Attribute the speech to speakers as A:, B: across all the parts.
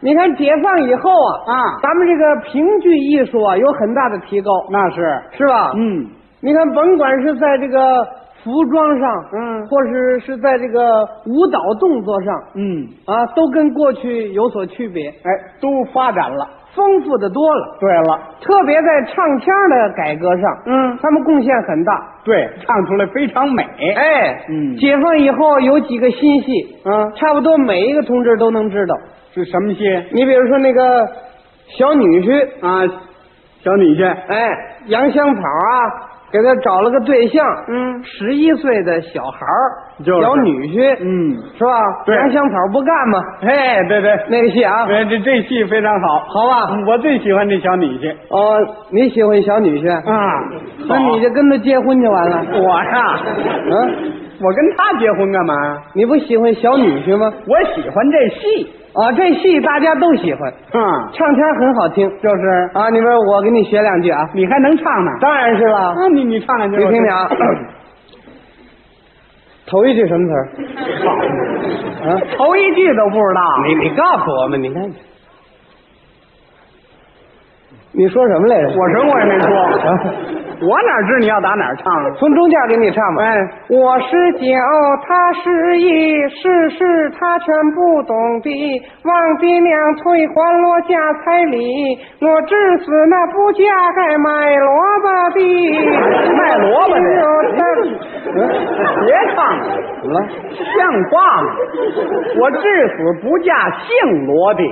A: 你看解放以后啊，
B: 啊
A: 咱们这个评剧艺术啊有很大的提高，
B: 那是，
A: 是吧？，
B: 嗯
A: 你看，甭管是在这个服装上，
B: 嗯
A: 或是是在这个舞蹈动作上，
B: 嗯，
A: 啊，都跟过去有所区别，
B: 哎，都发展了。
A: 丰富的多了。
B: 对了，
A: 特别在唱腔的改革上，
B: 嗯，
A: 他们贡献很大。
B: 对，唱出来非常美。
A: 哎
B: 嗯
A: 解放以后有几个新戏，
B: 嗯，
A: 差不多每一个同志都能知道。
B: 是什么戏
A: 你比如说那个小女婿，
B: 啊？小女婿。
A: 哎，杨香草啊，给他找了个对象，
B: 嗯，
A: 十一岁的小孩儿，
B: 就是
A: 小女婿，
B: 嗯，
A: 是吧？
B: 对
A: 杨香草不干嘛，
B: 哎，对对，
A: 那个戏啊，
B: 对这这戏非常好，嗯
A: 好啊吧？
B: 我最喜欢这小女婿
A: 哦，你喜欢小女婿，
B: 啊。
A: 嗯那
B: 好
A: 你就跟他结婚就完了。
B: 我呀、
A: 嗯，
B: 我跟他结婚干嘛？
A: 你不喜欢小女婿吗？
B: 我喜欢这戏，
A: 啊，这戏大家都喜欢，
B: 嗯，
A: 唱腔很好听
B: 就是
A: 啊。你们我给你学两句啊。
B: 你还能唱呢？
A: 当然是了，
B: 啊，你你唱两句，
A: 你听听啊。 头一句什么词儿？
B: 啊， 头一句都不知道。
A: 你你告诉我们，你看，你说什么来着？
B: 我什么我也没 说，我哪知你要打哪儿唱啊？
A: 从中间给你唱吧。
B: 哎，
A: 我是酒，他是义，世事他全不懂的。望爹娘退还罗家彩礼，我至死那不嫁该买萝卜哎的。
B: 卖萝卜的
A: 有三
B: 别唱了，
A: 怎么了？
B: 像话吗？我至死不嫁姓罗的，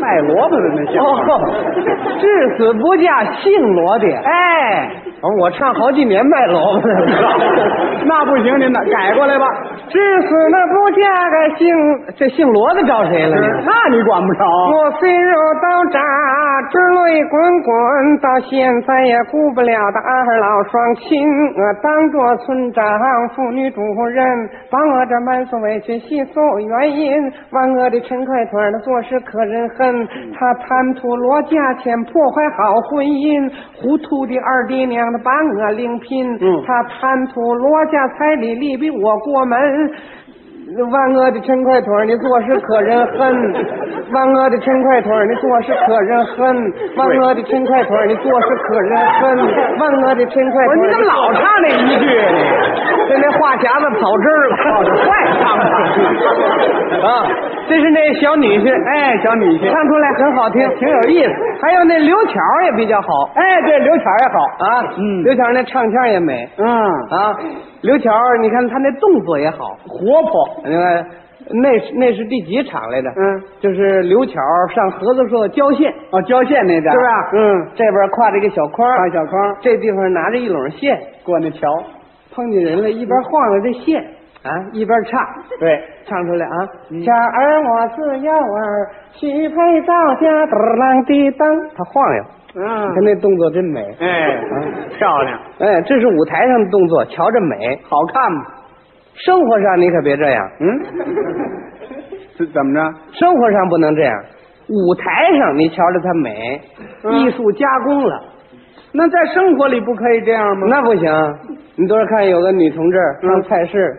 B: 卖萝卜的那像话吗。
A: 哦，至死不嫁姓罗的。
B: 哎，
A: 哦我唱好几年卖萝卜的了。
B: 那不行，您那改过来吧。
A: 至死那不嫁该姓，这姓罗的找谁了？你？
B: 那你管不着。
A: 我虽肉刀扎，之泪滚滚，到现在也顾不了的二老双亲。我当着村长、妇女主任，把我这满腹委屈细诉原因。万恶的陈快腿儿的做事可人恨，他贪图罗家钱，破坏好婚姻。糊涂的二爹娘的把我另聘，
B: 嗯
A: 他贪图罗家彩礼，利逼我过门。万恶的抻块腿儿，你做事可人恨；万恶的抻块腿儿，你做事可人恨；万恶的抻块腿儿，你做事可人恨；万恶的抻块
B: 我
A: 腿
B: 说
A: 儿，
B: 你怎么老唱那一句啊？
A: 跟那话匣子跑汁儿
B: 你
A: 了？
B: 快唱吧！
A: 啊，这是那小女婿，
B: 哎，小女婿，
A: 唱出来很好听，挺有意思。还有那刘巧儿也比较好
B: 哎，对，刘巧儿也好。
A: 啊，
B: 嗯
A: 刘巧儿那唱腔也美
B: 嗯，
A: 啊，刘巧儿你看她那动作也好，
B: 活泼。
A: 那个那是那是第几场来着？
B: 嗯，
A: 就是刘巧上合作社交线，
B: 哦，交线那
A: 是
B: 点是
A: 不
B: 不
A: 是
B: 是？？嗯，
A: 这边挎着一个小筐，
B: 大小康
A: 这地方拿着一垄线，
B: 过那桥。
A: 碰见人了，一边晃着这线啊，一边唱。
B: 对，
A: 唱出来啊！小儿我自幼儿，许配到家，嘟啷滴当。他晃悠，你看
B: 嗯，
A: 那动作真美。
B: 哎，漂亮，
A: 哎，这是舞台上的动作，瞧着美。
B: 好看吗？
A: 生活上你可别这样，
B: 嗯，是怎么着？
A: 生活上不能这样，舞台上你瞧着它美，
B: 嗯
A: 艺术加工了，
B: 那在生活里不可以这样 吗？
A: 那不行。你多少看有个女同志
B: 嗯
A: 上菜市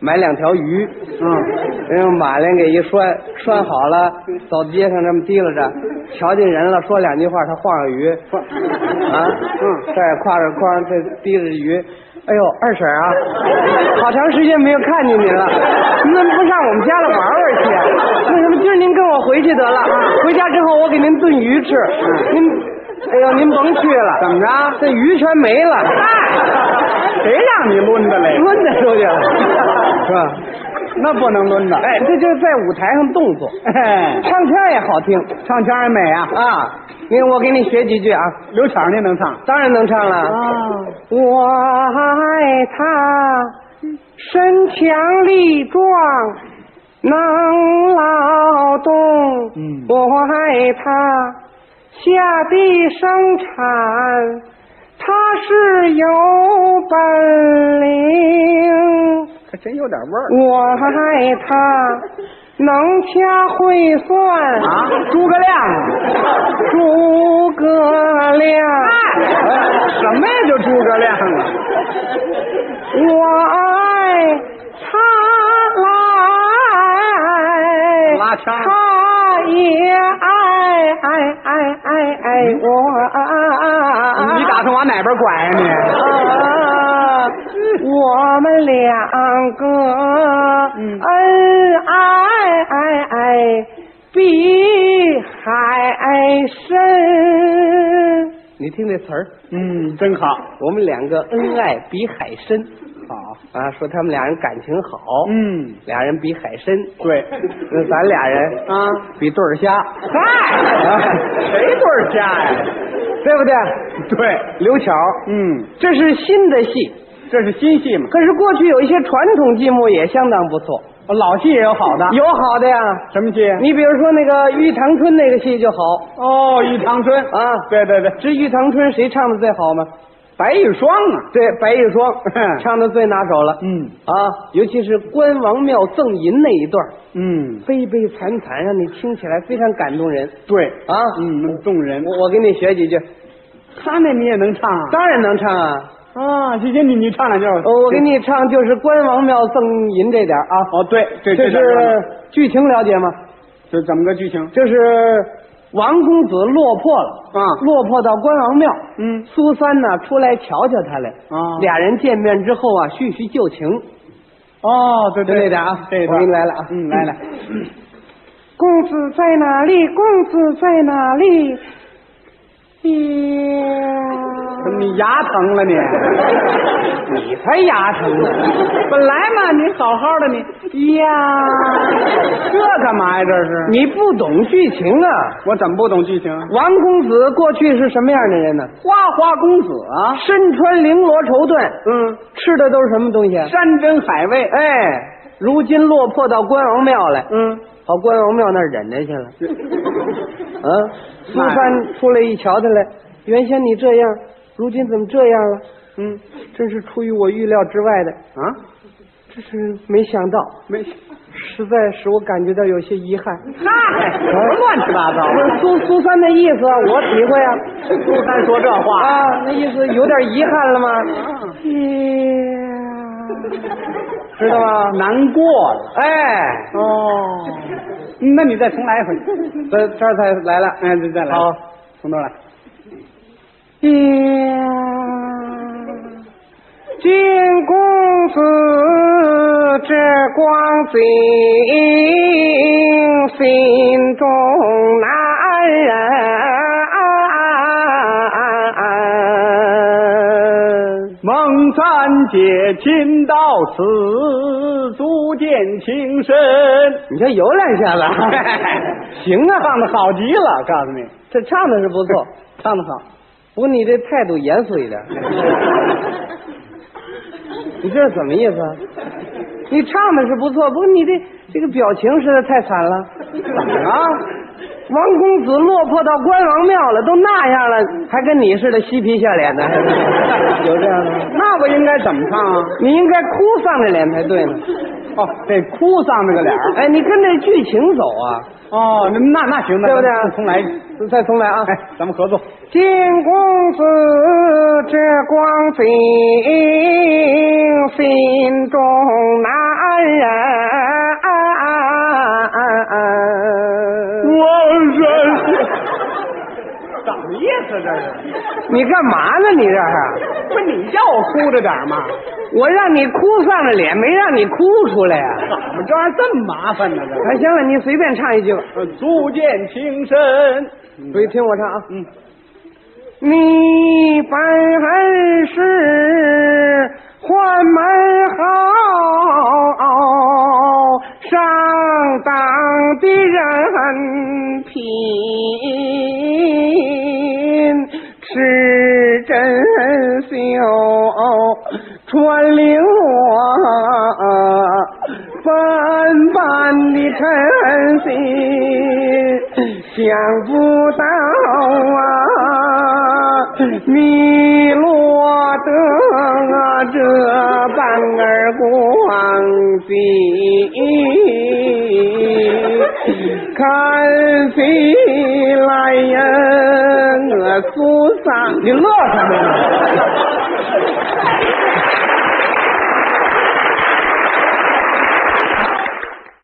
A: 买两条鱼，
B: 嗯，
A: 人用马铃给一拴，拴好了，走街上这么提拉着，瞧见人了说两句话，他晃悠鱼，啊，
B: 嗯
A: 这儿挎着筐，这提着鱼。哎呦，二婶啊，好长时间没有看见您了，您怎么不上我们家来玩玩去啊？那什么，今儿您跟我回去得了，啊回家之后我给您炖鱼吃。您，哎呦，您甭去了，
B: 怎么着？
A: 这鱼全没了，
B: 谁让你抡的嘞？
A: 抡的出去了， 是吧？
B: 那不能抡的。
A: 哎，这就是在舞台上动作，
B: 哎，
A: 唱腔也好听
B: 唱腔也美啊。
A: 啊。你我给你学几句啊，
B: 刘巧儿您能唱？
A: 当然能唱了。
B: 啊，
A: 我爱他，身强力壮，能劳动。
B: 嗯
A: 我爱他，下地生产，他是有本领。
B: 还真有点味儿
A: 我爱他，能掐会算。
B: 啊！诸葛亮啊，
A: 诸葛亮，哎
B: 什么呀？就诸葛亮啊？
A: 我爱他来，
B: 拉枪
A: 他
C: 也爱爱爱爱爱我。
B: 你打算往哪边拐
A: 啊
B: 呀、你？
C: 啊，我们两个恩爱爱爱比海深。
A: 你听这词儿，
B: 嗯，真好，
A: 我们两个恩爱比海深
B: 好，
A: 啊，说他们俩人感情好，
B: 嗯，
A: 俩人比海深，
B: 对，
A: 那咱俩人
B: 啊，
A: 比对儿虾，
B: 嗨，谁对儿家呀？
A: 对不对？
B: 对，
A: 刘巧，
B: 嗯，
A: 这是新的戏，
B: 这是新戏嘛，
A: 可是过去有一些传统剧目也相当不错，
B: 老戏也有好的，
A: 有好的呀。
B: 什么戏？
A: 你比如说那个《玉堂春》那个戏就好，
B: 哦，《玉堂春》
A: 啊
B: 对对对，
A: 知《玉堂春》谁唱的最好吗？
B: 白玉霜啊，
A: 对，白玉霜唱的最拿手了。
B: 嗯
A: 啊，尤其是关王庙赠银那一段儿，
B: 嗯，
A: 悲悲惨惨，让你听起来非常感动人
B: 对，
A: 啊。
B: 嗯，动人，
A: 我我给你学几句，
B: 他那你也能唱啊？
A: 当然能唱啊。
B: 啊，行行，你你唱两句，
A: 呃我给你唱就是关王庙赠银这点儿啊，
B: 哦，对，这嗯
A: 这
B: 这
A: 是剧情了解吗？
B: 这怎么个剧情
A: 这是王公子落魄了，
B: 啊？
A: 落魄到关王庙，
B: 嗯
A: 苏三呢出来瞧瞧他来，
B: 啊，
A: 俩人见面之后啊叙叙旧情，
B: 哦，对
A: 就
B: 对
A: 那点啊，
B: 这
A: 我给你来了啊，
B: 嗯，来来，
C: 公子在哪里？公子在哪里？
B: 怎么
C: 呀！
B: 你牙疼了你？
A: 你才牙疼呢，
B: 本来嘛，你好好的
A: 哎
B: 你呀，这干嘛呀？这是
A: 你不懂剧情啊。
B: 我怎么不懂剧情？
A: 王公子过去是什么样的人呢？
B: 花花公子啊，
A: 身穿绫罗绸缎，
B: 嗯，
A: 吃的都是什么东西啊？
B: 山珍海味，
A: 哎，如今落魄到关王庙来，
B: 嗯，
A: 跑关王庙那儿忍着 去了。嗯，苏
B: 那
A: 三出来一瞧他来，原先你这样，如今怎么这样了？
B: 嗯
A: 真是出于我预料之外的，
B: 啊，
A: 真是没想到，
B: 没，
A: 实在使我感觉到有些遗憾。哎
B: 嗨，什么乱七八糟
A: 不
B: 的？
A: 是苏苏三的意思啊，我体会啊，
B: 苏三说这话，
A: 啊，那意思有点遗憾了吗？
B: 嗯
A: 哎
C: 呀！
A: 知道吗？
B: 难过了。
A: 哎，
B: 哦，那你再重来一回，
A: 这这儿才来了。
B: 哎，再再来，
A: 好，
B: 从头来。
C: 呀！金公子这光景，心中难忍。
B: 孟三姐亲到此，足见情深。
A: 你瞧，有两下 子，行啊，
B: 唱的好极了，告诉你，
A: 这唱的是不 错，唱的好。不过你这态度严肃一点，你这是怎么意思？啊？你唱的是不错，不过你这这个表情实在太惨 了啊！王公子落魄到关王庙了，都那样了，还跟你似的嬉皮笑脸的， 有这样的吗？
B: 那我应该怎么唱啊？
A: 你应该哭丧着脸才对呢。
B: 哦，得哭丧着个脸儿。
A: 哎，你跟这剧情走啊，
B: 哦，那那那行，那
A: 对不对啊
B: 咱重来一遍。
A: 再重来啊！
B: 哎，咱们合作。
C: 金公子这光景，心中难
A: 啊啊
C: 忍。
B: 我这 怎么意思这是？
A: 你干嘛呢？你这是？
B: 不是你叫我哭着点儿吗？
A: 我让你哭丧着脸，没让你哭出来 呀、
B: 怎么这玩意儿这么麻烦呢？这
A: 哎，行了，你随便唱一句吧，
B: 呃足见情深。
A: 注意听我唱啊。
B: 嗯，
C: 你本是宦门好，上当的人品，吃真秀，穿绫罗，斑斑的晨曦，想不到啊，你落得这般儿光景，看起来呀，我苏三，你乐什么呀？